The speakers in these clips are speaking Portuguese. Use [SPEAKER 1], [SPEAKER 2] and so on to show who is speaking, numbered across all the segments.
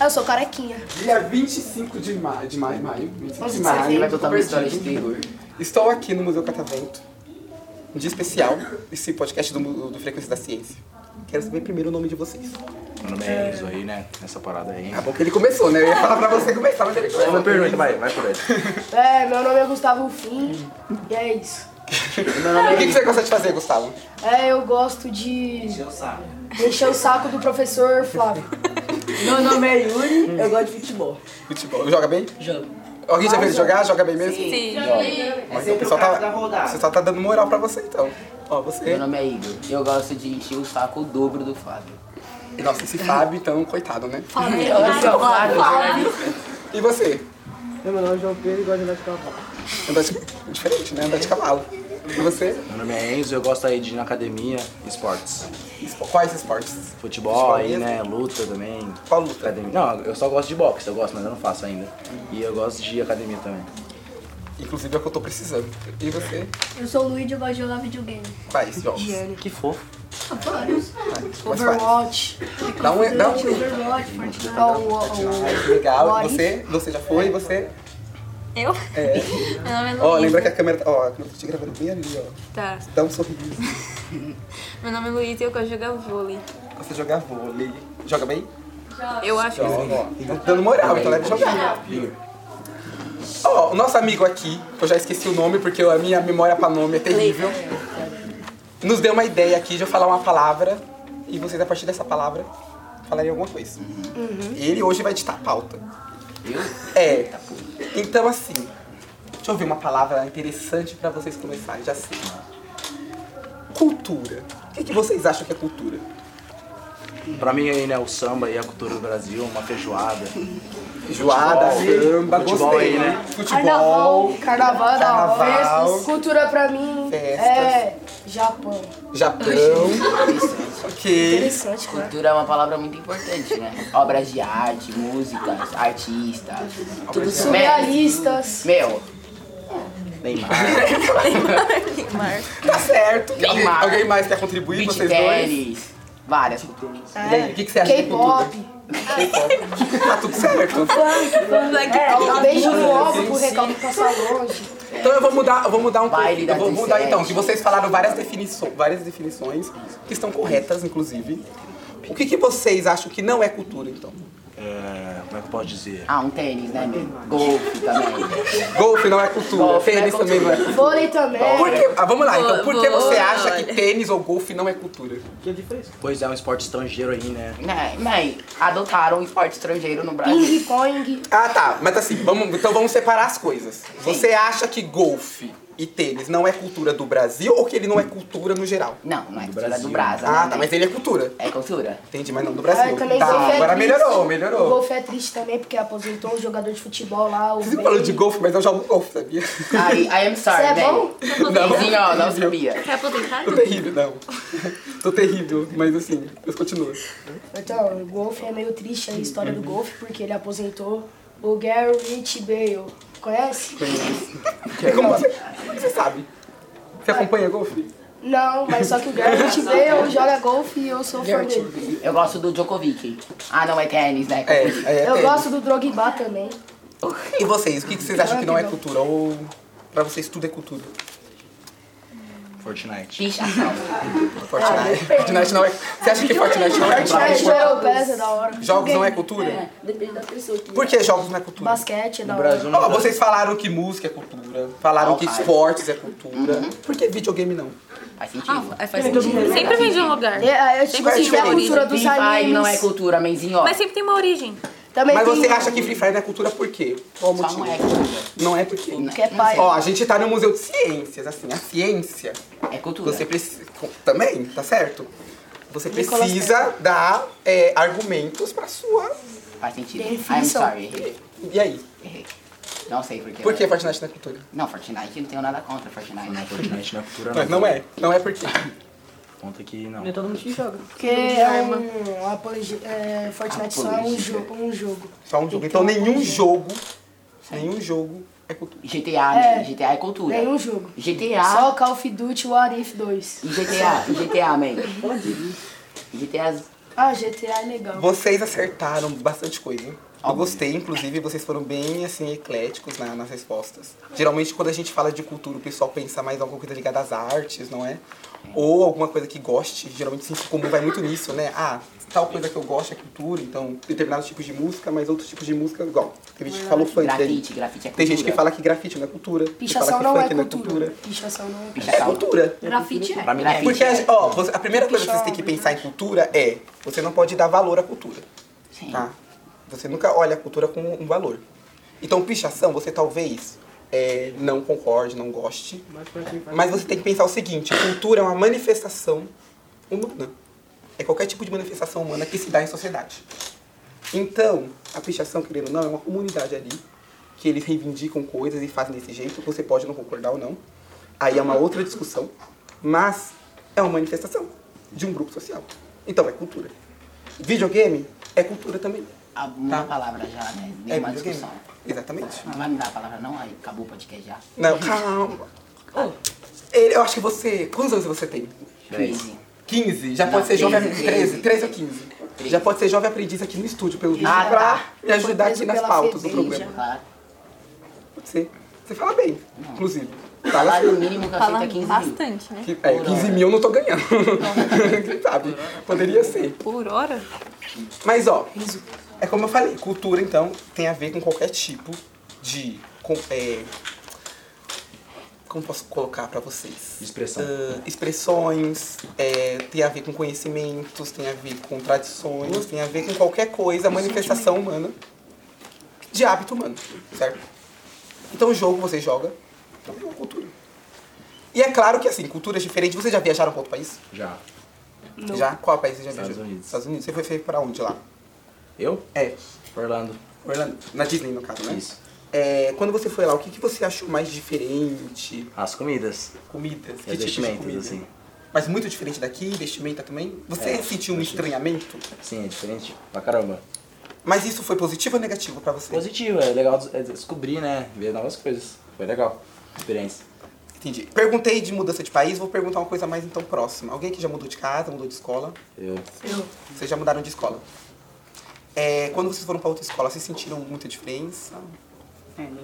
[SPEAKER 1] Ah, Eu sou carequinha.
[SPEAKER 2] Dia 25 de maio, de maio, maio 25 de
[SPEAKER 1] Você
[SPEAKER 2] maio,
[SPEAKER 1] vem
[SPEAKER 3] Vai contar uma história de terror.
[SPEAKER 2] estou aqui no Museu Catavento, um dia especial, esse podcast do, Mu- do Frequência da Ciência. Quero saber primeiro o nome de vocês.
[SPEAKER 4] Meu nome é Enzo aí, né? Nessa parada aí.
[SPEAKER 2] Tá bom que ele começou, né? Eu ia falar pra você começar, mas ele começou.
[SPEAKER 4] Não pergunta, vai, vai por aí.
[SPEAKER 1] É, meu nome é Gustavo Fim e é isso.
[SPEAKER 2] O que que você gosta de fazer, Gustavo?
[SPEAKER 1] É, eu gosto de
[SPEAKER 3] Eu sabe.
[SPEAKER 1] encher o saco do professor Flávio.
[SPEAKER 5] Meu nome é Yuri, eu gosto de futebol.
[SPEAKER 2] Futebol. Joga bem?
[SPEAKER 5] Jogo.
[SPEAKER 2] Alguém já fez jogar? Joga bem mesmo?
[SPEAKER 3] Sim.
[SPEAKER 2] Ó,
[SPEAKER 3] É
[SPEAKER 2] então, o
[SPEAKER 3] sempre o
[SPEAKER 2] pessoal
[SPEAKER 3] cara da
[SPEAKER 2] tá, o
[SPEAKER 3] rodada.
[SPEAKER 2] pessoal tá dando moral pra você, então. Ó, você...
[SPEAKER 3] Meu nome é Igor. e Eu gosto de encher o saco o dobro do Fábio.
[SPEAKER 2] Nossa, esse Fábio, então, coitado, né? E você?
[SPEAKER 5] Meu nome é João Pedro e gosto de andar de cavalo.
[SPEAKER 2] Andar de... Diferente, né? Andar de cavalo. E você?
[SPEAKER 4] Meu nome é Enzo, eu gosto aí de ir na academia, esportes.
[SPEAKER 2] Espo- Quais esportes?
[SPEAKER 4] Futebol, aí, né? Luta também.
[SPEAKER 2] Qual luta?
[SPEAKER 4] Academia. Não, eu só gosto de boxe, eu gosto, mas eu não faço ainda. E eu gosto de academia também.
[SPEAKER 2] Inclusive é o que eu tô precisando. E você?
[SPEAKER 6] Eu sou o Luigi, eu gosto de jogar videogame.
[SPEAKER 2] Quais jogos?
[SPEAKER 4] Que fofo.
[SPEAKER 2] Mas quais?
[SPEAKER 1] Overwatch.
[SPEAKER 2] Dá um... Dá um...
[SPEAKER 6] Overwatch, Fortnite.
[SPEAKER 1] Ó, o- o-
[SPEAKER 2] Ah, que legal. E
[SPEAKER 1] Boris.
[SPEAKER 2] você? Você já foi? E você?
[SPEAKER 7] Eu?
[SPEAKER 2] É.
[SPEAKER 7] Meu nome é Luísa.
[SPEAKER 2] Ó, lembra que a câmera... tá- Ó, a câmera tá te gravando bem ali, ó.
[SPEAKER 7] Tá.
[SPEAKER 2] Dá um sorriso.
[SPEAKER 7] Meu nome é Luísa e eu gosto de jogar vôlei.
[SPEAKER 2] Você joga vôlei. Joga bem?
[SPEAKER 7] Eu acho que
[SPEAKER 2] Joga, ó. Tá dando moral, então deve jogar. Ó, o nosso amigo aqui, que eu já esqueci o nome porque a minha memória pra nome é terrível, nos deu uma ideia aqui de eu falar uma palavra e vocês, a partir dessa palavra, falarem alguma coisa. Ele hoje vai ditar a pauta. Eu? É. Então, assim, deixa eu ver uma palavra interessante pra vocês começarem, já sei. Cultura. O que, que vocês acham que é cultura?
[SPEAKER 4] Pra mim aí, né, o samba e a cultura do Brasil, uma feijoada.
[SPEAKER 2] Joada,
[SPEAKER 4] Futebol.
[SPEAKER 2] samba,
[SPEAKER 4] Futebol
[SPEAKER 2] gostei,
[SPEAKER 4] aí, né?
[SPEAKER 2] Futebol.
[SPEAKER 1] Carnaval, carnaval, não,
[SPEAKER 2] Carnaval.
[SPEAKER 1] festas. Cultura pra mim
[SPEAKER 2] Festas.
[SPEAKER 1] é Japão.
[SPEAKER 2] Japão.
[SPEAKER 3] Interessante.
[SPEAKER 2] ok.
[SPEAKER 1] Interessante, né? cara.
[SPEAKER 3] Cultura é uma palavra muito importante, né? Obras de arte, músicas, artistas. Tudo isso.
[SPEAKER 1] Surrealistas.
[SPEAKER 3] Meu,
[SPEAKER 4] Neymar.
[SPEAKER 2] Tá certo. Alguém,
[SPEAKER 3] Neymar.
[SPEAKER 2] alguém mais quer contribuir?
[SPEAKER 3] beach
[SPEAKER 2] Vocês dois?
[SPEAKER 3] tennis, várias culturas.
[SPEAKER 2] E aí, o que, que você acha de cultura?
[SPEAKER 1] K-pop.
[SPEAKER 2] K-pop. tá tudo certo.
[SPEAKER 1] Beijo no ovo pro recalque passar longe.
[SPEAKER 2] Então eu vou mudar, eu vou mudar um pouco.
[SPEAKER 3] Baile da
[SPEAKER 2] Eu vou mudar
[SPEAKER 3] 17.
[SPEAKER 2] então, que vocês falaram várias, definiço- várias definições, que estão corretas, inclusive. O que, que vocês acham que não é cultura, então?
[SPEAKER 4] É, como é que eu posso dizer?
[SPEAKER 3] Ah, um tênis, né, meu? Golfe também.
[SPEAKER 2] Golfe não é cultura,
[SPEAKER 3] Golfe não é
[SPEAKER 2] tênis também não é cultura.
[SPEAKER 1] Vôlei também.
[SPEAKER 2] Por que- ah, vamos lá, então, por que
[SPEAKER 7] Boa,
[SPEAKER 2] você acha que
[SPEAKER 7] olha.
[SPEAKER 2] tênis ou golfe não é cultura?
[SPEAKER 4] Pois é, um esporte estrangeiro aí, né?
[SPEAKER 3] Né, mãe, adotaram um esporte estrangeiro no Brasil.
[SPEAKER 1] Ping pong.
[SPEAKER 2] Ah, tá. Mas assim, vamos, então vamos separar as coisas. Você acha que golfe e tênis não é cultura do Brasil ou que ele não é cultura no geral?
[SPEAKER 3] Não, não é cultura
[SPEAKER 4] Brasil.
[SPEAKER 3] do Brasa.
[SPEAKER 2] Ah,
[SPEAKER 3] né,
[SPEAKER 2] tá.
[SPEAKER 3] mãe?
[SPEAKER 2] Mas ele é cultura.
[SPEAKER 3] É cultura?
[SPEAKER 2] Entendi, mas não do
[SPEAKER 1] Ah,
[SPEAKER 2] Brasil.
[SPEAKER 1] eu também
[SPEAKER 2] tá,
[SPEAKER 1] golfe é
[SPEAKER 2] agora
[SPEAKER 1] triste.
[SPEAKER 2] melhorou, melhorou.
[SPEAKER 1] Golfe é triste também, porque aposentou um jogador de futebol lá. O
[SPEAKER 2] Você
[SPEAKER 1] Ben.
[SPEAKER 2] falou de golfe, mas eu jogo golfe, sabia?
[SPEAKER 3] I, I am
[SPEAKER 1] Você
[SPEAKER 3] sorry,
[SPEAKER 1] é
[SPEAKER 3] velho.
[SPEAKER 1] bom?
[SPEAKER 3] Sim, ó, não
[SPEAKER 2] Terrível.
[SPEAKER 3] sabia.
[SPEAKER 7] Quer aposentar?
[SPEAKER 2] Tô terrível, não. Tô terrível, mas assim, eu continuo.
[SPEAKER 1] Então, o golfe é meio triste a história
[SPEAKER 2] Uhum.
[SPEAKER 1] do golfe, porque ele aposentou o Garrett Bale. Conhece?
[SPEAKER 2] E É como você, como você sabe? Você acompanha golfe?
[SPEAKER 1] Não, mas só que o Garrett Bale joga golfe e eu sou fã dele.
[SPEAKER 3] Eu gosto do Djokovic. Ah, não, é tênis, né?
[SPEAKER 2] É, é,
[SPEAKER 1] Eu
[SPEAKER 2] é.
[SPEAKER 1] gosto do Drogba também.
[SPEAKER 2] E vocês, o que que vocês acham que não é cultura? Ou pra vocês tudo é cultura?
[SPEAKER 4] Fortnite.
[SPEAKER 3] Pichação.
[SPEAKER 1] Ah,
[SPEAKER 2] Fortnite. Fortnite não é. Você acha que Fortnite não é
[SPEAKER 1] Fortnite
[SPEAKER 2] cultura?
[SPEAKER 1] europeu é da hora.
[SPEAKER 2] Jogos não é cultura?
[SPEAKER 5] Depende da pessoa que
[SPEAKER 2] Por que jogos não é cultura?
[SPEAKER 1] Basquete é da
[SPEAKER 4] No
[SPEAKER 1] hora.
[SPEAKER 4] Brasil não
[SPEAKER 2] Ó,
[SPEAKER 4] dá.
[SPEAKER 2] vocês falaram que música é cultura, falaram que esportes é cultura. Por que videogame não?
[SPEAKER 3] Faz sentido.
[SPEAKER 7] Ah, faz sentido. Sempre vem de um lugar.
[SPEAKER 1] É, é, tipo
[SPEAKER 2] Sempre
[SPEAKER 1] assim, tem a
[SPEAKER 2] tem
[SPEAKER 1] cultura dos
[SPEAKER 3] Free Fire
[SPEAKER 1] animes.
[SPEAKER 3] não é cultura, menzinho. ó.
[SPEAKER 7] Mas sempre tem uma origem.
[SPEAKER 1] Também
[SPEAKER 2] Mas
[SPEAKER 1] tem um-
[SPEAKER 2] você acha que Free Fire não é cultura por quê? Qual o
[SPEAKER 3] Só não
[SPEAKER 2] motivo?
[SPEAKER 3] é cultura.
[SPEAKER 2] Não é porque.
[SPEAKER 1] que é pai.
[SPEAKER 2] Ó, a gente tá no Museu de Ciências, assim, a ciência.
[SPEAKER 3] É cultura.
[SPEAKER 2] Você precisa. Também, tá certo? Você
[SPEAKER 1] Nicolas
[SPEAKER 2] precisa dar é, argumentos pra sua.
[SPEAKER 3] Faz sentido. I'm
[SPEAKER 1] Definição.
[SPEAKER 3] sorry, errei.
[SPEAKER 2] E aí?
[SPEAKER 3] errei. Não sei por quê.
[SPEAKER 2] Por que Fortnite não é cultura?
[SPEAKER 3] Não, Fortnite, não tenho nada contra Fortnite. né?
[SPEAKER 4] Não, Fortnite não é cultura,
[SPEAKER 2] Mas não é. Não é por quê?
[SPEAKER 4] Conta que não.
[SPEAKER 5] Não é todo mundo que joga.
[SPEAKER 1] Porque é um, apologi- é, Fortnite só é um,
[SPEAKER 3] Apologia.
[SPEAKER 1] jo um jogo.
[SPEAKER 2] Só um jogo. Então nenhum jogo Nenhum jogo é cultura.
[SPEAKER 3] GTA,
[SPEAKER 1] É.
[SPEAKER 3] né? GTA é cultura.
[SPEAKER 1] Nenhum jogo.
[SPEAKER 3] GTA.
[SPEAKER 1] Só Call of Duty What If 2.
[SPEAKER 3] E GTA, e GTA, man. GTA.
[SPEAKER 1] Ah, GTA é legal.
[SPEAKER 2] Vocês acertaram bastante coisa. Eu gostei, inclusive, vocês foram bem, assim, ecléticos na- nas respostas. Geralmente, quando a gente fala de cultura, o pessoal pensa mais em alguma coisa ligada às artes, não é? Ou alguma coisa que goste. Geralmente, o senso comum vai muito nisso, né? Ah, tal coisa que eu gosto é cultura, então, determinados tipos de música, mas outros tipos de música, igual. Teve gente que falou funk aí.
[SPEAKER 3] Grafite, grafite é cultura.
[SPEAKER 2] Tem gente que fala que grafite não é cultura. que
[SPEAKER 1] Pichação
[SPEAKER 2] fala que
[SPEAKER 1] não é
[SPEAKER 2] funk
[SPEAKER 1] cultura. Pichação não é cultura.
[SPEAKER 2] É cultura.
[SPEAKER 6] Grafite é.
[SPEAKER 4] Pra mim, é
[SPEAKER 3] né?
[SPEAKER 2] Porque, a- ó, você- a primeira coisa que vocês têm que pensar em cultura é... Você não pode dar valor à cultura.
[SPEAKER 3] Sim.
[SPEAKER 2] tá? Você nunca olha a cultura com um valor. Então, pichação, você talvez é, não concorde, não goste, mas você tem que pensar o seguinte: cultura é uma manifestação humana. É qualquer tipo de manifestação humana que se dá em sociedade. Então, a pichação, querendo ou não, é uma comunidade ali que eles reivindicam coisas e fazem desse jeito. Você pode não concordar ou não. Aí é uma outra discussão, mas é uma manifestação de um grupo social. Então, é cultura. Videogame é cultura também.
[SPEAKER 3] Ah, Uma
[SPEAKER 2] Tá.
[SPEAKER 3] palavra já, né?
[SPEAKER 2] É
[SPEAKER 3] Nenhuma
[SPEAKER 2] videogame.
[SPEAKER 3] discussão. Ah.
[SPEAKER 2] Exatamente.
[SPEAKER 3] Não vai me dar a palavra não? Aí acabou o podcast já.
[SPEAKER 2] Não, calma.
[SPEAKER 3] Oh.
[SPEAKER 2] Ele- Eu acho que você. Quantos anos você tem?
[SPEAKER 3] 15.
[SPEAKER 2] 15? Já
[SPEAKER 3] Não,
[SPEAKER 2] pode ser
[SPEAKER 3] 13,
[SPEAKER 2] jovem. 13,
[SPEAKER 3] 13,
[SPEAKER 2] 13 ou 15. Já pode ser jovem aprendiz aqui no estúdio, pelo visto,
[SPEAKER 3] Ah, tá.
[SPEAKER 2] pra me ajudar
[SPEAKER 1] Foi
[SPEAKER 2] aqui
[SPEAKER 1] preso
[SPEAKER 2] nas
[SPEAKER 1] pela
[SPEAKER 2] pautas do
[SPEAKER 1] FEBEM,
[SPEAKER 2] programa.
[SPEAKER 3] Claro.
[SPEAKER 2] Pode ser. Você fala bem, inclusive. Fala
[SPEAKER 3] Salário
[SPEAKER 2] assim.
[SPEAKER 3] mínimo que
[SPEAKER 7] Fala
[SPEAKER 3] aceita 15 mil.
[SPEAKER 7] bastante, né?
[SPEAKER 2] que- É, 15 mil eu não tô ganhando. Quem sabe? Poderia ser.
[SPEAKER 7] Por hora?
[SPEAKER 2] Mas ó, é como eu falei, cultura então tem a ver com qualquer tipo de. com- é, como posso colocar pra vocês?
[SPEAKER 4] Expressão.
[SPEAKER 2] Ah, expressões, é, tem a ver com conhecimentos, tem a ver com tradições, tem a ver com qualquer coisa, manifestação humana de hábito humano, certo? Então o jogo você joga, então é uma cultura. E é claro que assim, culturas diferentes, vocês já viajaram para outro país?
[SPEAKER 4] Já.
[SPEAKER 2] Já? Qual país você já
[SPEAKER 4] Estados
[SPEAKER 2] viajou?
[SPEAKER 4] Unidos.
[SPEAKER 2] Estados Unidos. Você foi feito pra onde lá?
[SPEAKER 4] Eu?
[SPEAKER 2] É,
[SPEAKER 4] Orlando.
[SPEAKER 2] Orlando. Na Disney, no caso, né?
[SPEAKER 4] Isso.
[SPEAKER 2] É, quando você foi lá, o que, que você achou mais diferente?
[SPEAKER 4] As comidas.
[SPEAKER 2] Comidas?
[SPEAKER 4] E os
[SPEAKER 2] tipo de
[SPEAKER 4] vestimentos,
[SPEAKER 2] comida?
[SPEAKER 4] assim.
[SPEAKER 2] Mas muito diferente daqui, vestimenta também? Você
[SPEAKER 4] É,
[SPEAKER 2] sentiu um
[SPEAKER 4] muito
[SPEAKER 2] estranhamento?
[SPEAKER 4] Sim, é diferente pra caramba.
[SPEAKER 2] Mas isso foi positivo ou negativo pra você?
[SPEAKER 4] Positivo, é legal des- é descobrir, né? Ver novas coisas. Foi legal. Experiência.
[SPEAKER 2] Entendi. Perguntei de mudança de país, vou perguntar uma coisa mais então próxima. Alguém que já mudou de casa, mudou de escola?
[SPEAKER 4] Eu.
[SPEAKER 2] Vocês já mudaram de escola? É, quando vocês foram pra outra escola, vocês sentiram muita diferença?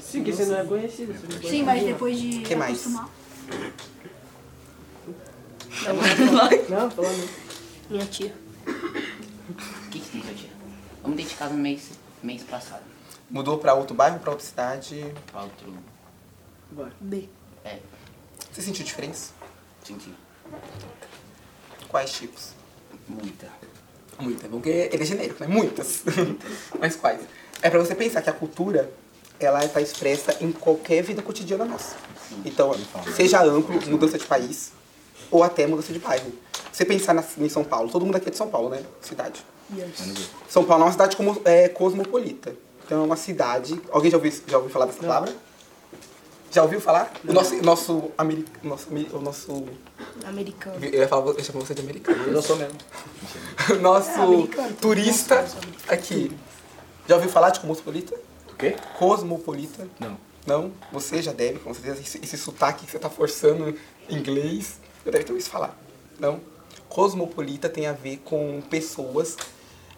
[SPEAKER 5] Sim, que você não é conhecido. você não
[SPEAKER 6] Sim, mas depois de
[SPEAKER 2] Que mais?
[SPEAKER 6] acostumar.
[SPEAKER 5] pode- Não, falando.
[SPEAKER 1] Minha tia.
[SPEAKER 3] O que, que tem, seu tio? Eu mudei de casa no mês, mês passado.
[SPEAKER 2] Mudou pra outro bairro, pra outra cidade?
[SPEAKER 3] Pra outro.
[SPEAKER 1] B.
[SPEAKER 3] É,
[SPEAKER 2] Você sentiu diferença?
[SPEAKER 3] senti
[SPEAKER 2] Quais tipos?
[SPEAKER 3] muita.
[SPEAKER 2] Muita, porque ele Tá é genérico, né? Muitas. Mas quais? É pra você pensar que a cultura, ela está expressa em qualquer vida cotidiana nossa. Então, seja amplo, mudança de país, ou até mudança de bairro. Você pensar na, em São Paulo, todo mundo aqui é de São Paulo, né? Cidade. São Paulo é uma cidade como, é, cosmopolita. Então é uma cidade. Alguém já ouviu, já ouviu falar dessa palavra? Já ouviu falar? O nosso, nosso, ameri- nosso, ameri- o nosso.
[SPEAKER 1] Americano.
[SPEAKER 2] Eu ia falar, eu chamo você de americano
[SPEAKER 4] Eu sou mesmo.
[SPEAKER 2] nosso
[SPEAKER 1] É, americano.
[SPEAKER 2] turista aqui. Já ouviu falar de cosmopolita?
[SPEAKER 4] O quê?
[SPEAKER 2] Cosmopolita?
[SPEAKER 4] Não.
[SPEAKER 2] Não? Você já deve, com certeza, esse, esse sotaque que você tá forçando em inglês. Eu deve ter ouvido falar. Não? Cosmopolita tem a ver com pessoas.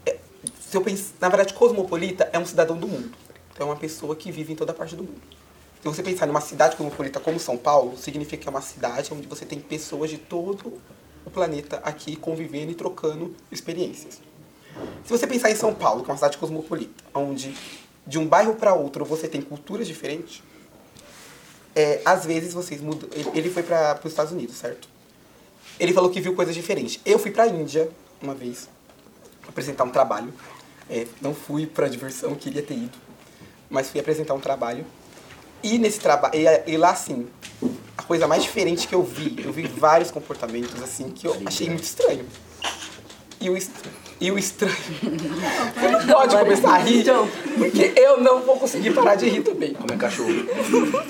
[SPEAKER 2] é, se eu penso, na verdade, cosmopolita é um cidadão do mundo. Então é uma pessoa que vive em toda parte do mundo. Se você pensar numa cidade cosmopolita como São Paulo, significa que é uma cidade onde você tem pessoas de todo o planeta aqui convivendo e trocando experiências. Se você pensar em São Paulo, que é uma cidade cosmopolita, onde de um bairro para outro você tem culturas diferentes, é, às vezes vocês mudam. ele- Ele foi para os Estados Unidos, certo? Ele falou que viu coisas diferentes. Eu fui para a Índia uma vez apresentar um trabalho. É, não fui para diversão, queria ter ido, mas fui apresentar um trabalho. E nesse trabalho, e, e lá assim, a coisa mais diferente que eu vi, eu vi vários comportamentos assim que eu achei muito estranho. E o, est- e o estranho. Você não pode começar a rir, porque eu não vou conseguir parar de rir também.
[SPEAKER 4] Comer cachorro.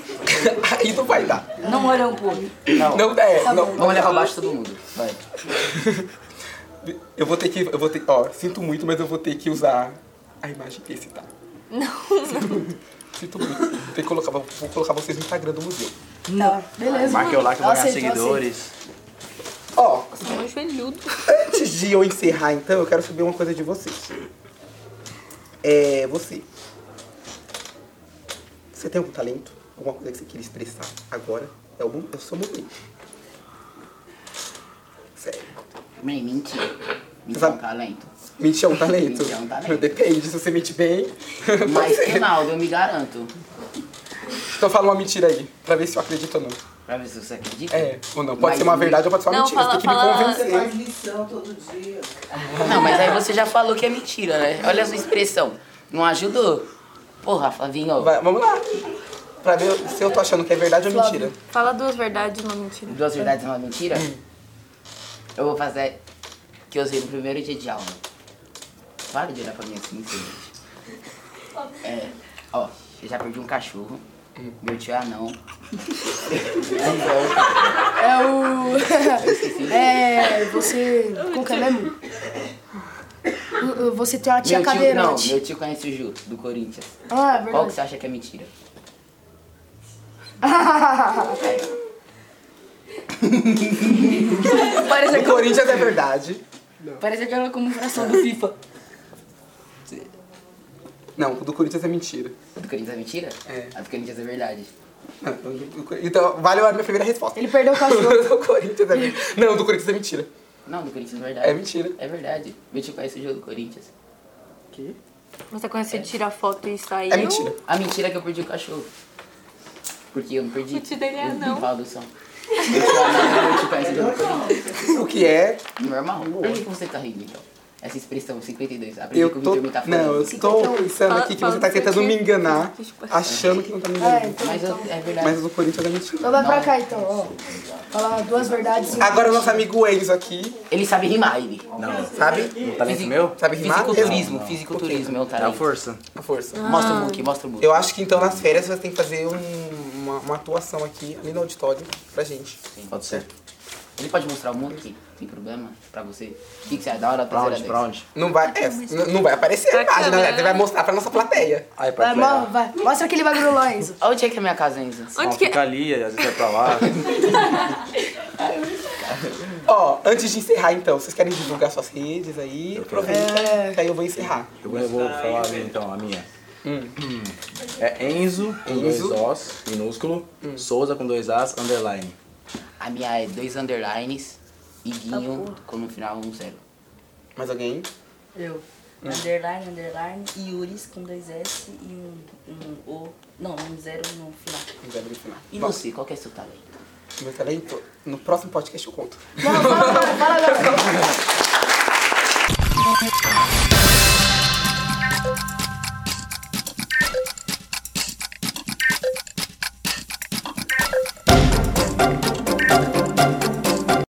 [SPEAKER 2] Aí não vai dar.
[SPEAKER 3] Não olham pro outro. Não.
[SPEAKER 2] Não, é, não,
[SPEAKER 3] Vamos olhar pra baixo todo mundo. Vai.
[SPEAKER 2] Eu vou ter que. Eu vou ter, ó, sinto muito, mas eu vou ter que usar a imagem desse, tá? Não. Sinto muito. Tem que colocar, vou colocar vocês no Instagram do museu.
[SPEAKER 1] Tá, beleza.
[SPEAKER 4] Marque eu lá que eu vou ganhar
[SPEAKER 1] aceito, eu
[SPEAKER 4] seguidores.
[SPEAKER 2] Ó,
[SPEAKER 7] Um joelhudo.
[SPEAKER 2] antes de eu encerrar, então, eu quero saber uma coisa de vocês. É, você. Você tem algum talento? Alguma coisa que você queira expressar agora? É o, mo- é o seu momento. Sério.
[SPEAKER 3] Mãe, mentira. Mentira é
[SPEAKER 2] Sabe-
[SPEAKER 3] um talento.
[SPEAKER 2] Mentir é um talento?
[SPEAKER 3] Mentir é um talento.
[SPEAKER 2] Depende, se você mente bem.
[SPEAKER 3] Mas
[SPEAKER 2] é-
[SPEAKER 3] Ronaldo, eu me garanto.
[SPEAKER 2] Então fala uma mentira aí, pra ver se eu acredito ou não.
[SPEAKER 3] Pra ver se você acredita.
[SPEAKER 2] É, ou não. Pode
[SPEAKER 3] Mas
[SPEAKER 2] ser uma
[SPEAKER 3] me-
[SPEAKER 2] verdade ou pode ser uma
[SPEAKER 7] Não,
[SPEAKER 2] mentira.
[SPEAKER 7] fala-
[SPEAKER 2] você tem que
[SPEAKER 7] fala-
[SPEAKER 2] me convencer.
[SPEAKER 5] lição todo dia.
[SPEAKER 3] Não, mas aí você já falou que é mentira, né? Olha a sua expressão. Não ajudou? Porra, Flavinho,
[SPEAKER 2] Vai, vamos lá. Pra ver se eu tô achando que é verdade ou
[SPEAKER 1] Flávio.
[SPEAKER 2] mentira.
[SPEAKER 7] Fala duas verdades, uma mentira.
[SPEAKER 3] duas verdades e uma mentira? Eu vou fazer que eu sei no primeiro dia de aula. Para de olhar pra mim assim, gente. É, ó, eu já perdi um cachorro. Meu tio é anão.
[SPEAKER 1] É o. é. Você. Como que é mesmo? Uh, uh, Você tem uma tia
[SPEAKER 3] Meu tio, não,
[SPEAKER 1] cadeirante.
[SPEAKER 3] meu tio conhece o Ju, do Corinthians.
[SPEAKER 1] Ah, é
[SPEAKER 3] Qual
[SPEAKER 1] verdade.
[SPEAKER 3] que você acha que é mentira?
[SPEAKER 1] é
[SPEAKER 2] O Corinthians é verdade.
[SPEAKER 3] Parece aquela comemoração É do FIFA.
[SPEAKER 2] Não, o do Corinthians é mentira.
[SPEAKER 3] Do Corinthians é mentira?
[SPEAKER 2] É.
[SPEAKER 3] A do Corinthians é verdade.
[SPEAKER 2] Não, o do- Então, vale a minha primeira resposta.
[SPEAKER 1] Ele perdeu o cachorro.
[SPEAKER 2] O do Corinthians é mentira. Não, o do Corinthians é mentira.
[SPEAKER 3] Não, do Corinthians é verdade.
[SPEAKER 2] É mentira.
[SPEAKER 3] É verdade. Meu tio conhece o jogo do Corinthians.
[SPEAKER 7] Você conheceu de tirar foto e saiu?
[SPEAKER 2] É mentira.
[SPEAKER 3] A mentira é que eu perdi o cachorro. Porque eu não perdi.
[SPEAKER 7] O tio dele é
[SPEAKER 3] Eu
[SPEAKER 7] anão.
[SPEAKER 3] não falo do som. Eu sou anão, meu tio conhece o jogo do Corinthians.
[SPEAKER 2] O que é,
[SPEAKER 3] Normal. Por que que você tá rindo, então? Essa expressão, 52. Aprendi que o
[SPEAKER 2] eu tô.
[SPEAKER 3] Vitor me tá falando.
[SPEAKER 2] Não, eu tô pensando aqui que
[SPEAKER 7] Fala-
[SPEAKER 2] você tá
[SPEAKER 7] fala do seu
[SPEAKER 2] tentando me
[SPEAKER 7] tio.
[SPEAKER 2] enganar,
[SPEAKER 7] Desculpa.
[SPEAKER 2] achando que não tá me
[SPEAKER 1] É,
[SPEAKER 2] enganando.
[SPEAKER 1] então.
[SPEAKER 3] Mas eu- é verdade.
[SPEAKER 2] Mas o do Corinthians é mentira.
[SPEAKER 1] Então vai pra cá então, ó. Falar duas verdades. e-
[SPEAKER 2] Agora o nosso amigo Enzo aqui,
[SPEAKER 3] Ele sabe rimar, ele.
[SPEAKER 4] Não.
[SPEAKER 2] sabe?
[SPEAKER 4] Um talento meu?
[SPEAKER 2] Sabe rimar?
[SPEAKER 3] Fisiculturismo, fisiculturismo é o
[SPEAKER 4] Dá
[SPEAKER 3] talento.
[SPEAKER 4] força.
[SPEAKER 2] A força.
[SPEAKER 3] Mostra
[SPEAKER 7] Ah.
[SPEAKER 3] o book, mostra o book.
[SPEAKER 2] Eu acho que então nas férias você tem que fazer um- uma, uma atuação aqui, ali no auditório, pra gente.
[SPEAKER 4] Pode ser.
[SPEAKER 3] Ele pode mostrar o mundo Tem problema pra você? O que, que você acha? Da hora
[SPEAKER 4] Pra
[SPEAKER 3] pra
[SPEAKER 4] onde? Pra onde?
[SPEAKER 2] Não vai, é, n- não vai aparecer a
[SPEAKER 7] Pra
[SPEAKER 2] imagem, né?
[SPEAKER 7] câmera.
[SPEAKER 2] Você vai mostrar pra nossa plateia.
[SPEAKER 4] Aí, pra
[SPEAKER 1] Vai,
[SPEAKER 4] que
[SPEAKER 1] mo-
[SPEAKER 4] legal.
[SPEAKER 1] vai. Mostra aquele bagulho lá, Enzo.
[SPEAKER 3] Onde é que é a minha casa, Enzo?
[SPEAKER 7] Onde
[SPEAKER 4] Não,
[SPEAKER 7] que
[SPEAKER 4] Fica ali, às vezes é pra lá.
[SPEAKER 2] Ó, antes de encerrar então, vocês querem divulgar suas redes aí? Aproveita,
[SPEAKER 3] É.
[SPEAKER 2] que aí eu vou encerrar.
[SPEAKER 4] Eu vou, eu vou falar a minha, então, a minha. É Enzo, com
[SPEAKER 2] Enzo.
[SPEAKER 4] dois Os, minúsculo. Souza, com dois As, underline.
[SPEAKER 3] A minha é dois underlines e
[SPEAKER 7] Tá
[SPEAKER 3] guinho com no final um zero.
[SPEAKER 2] Mais alguém?
[SPEAKER 8] Eu. Underline, underline, Yuris com dois S e um, um O. Não, um zero no final.
[SPEAKER 2] Não vai brincar.
[SPEAKER 3] E
[SPEAKER 2] Bom,
[SPEAKER 3] você, qual que é seu talento?
[SPEAKER 2] meu talento, no próximo podcast eu conto.
[SPEAKER 1] Não, fala agora, fala agora.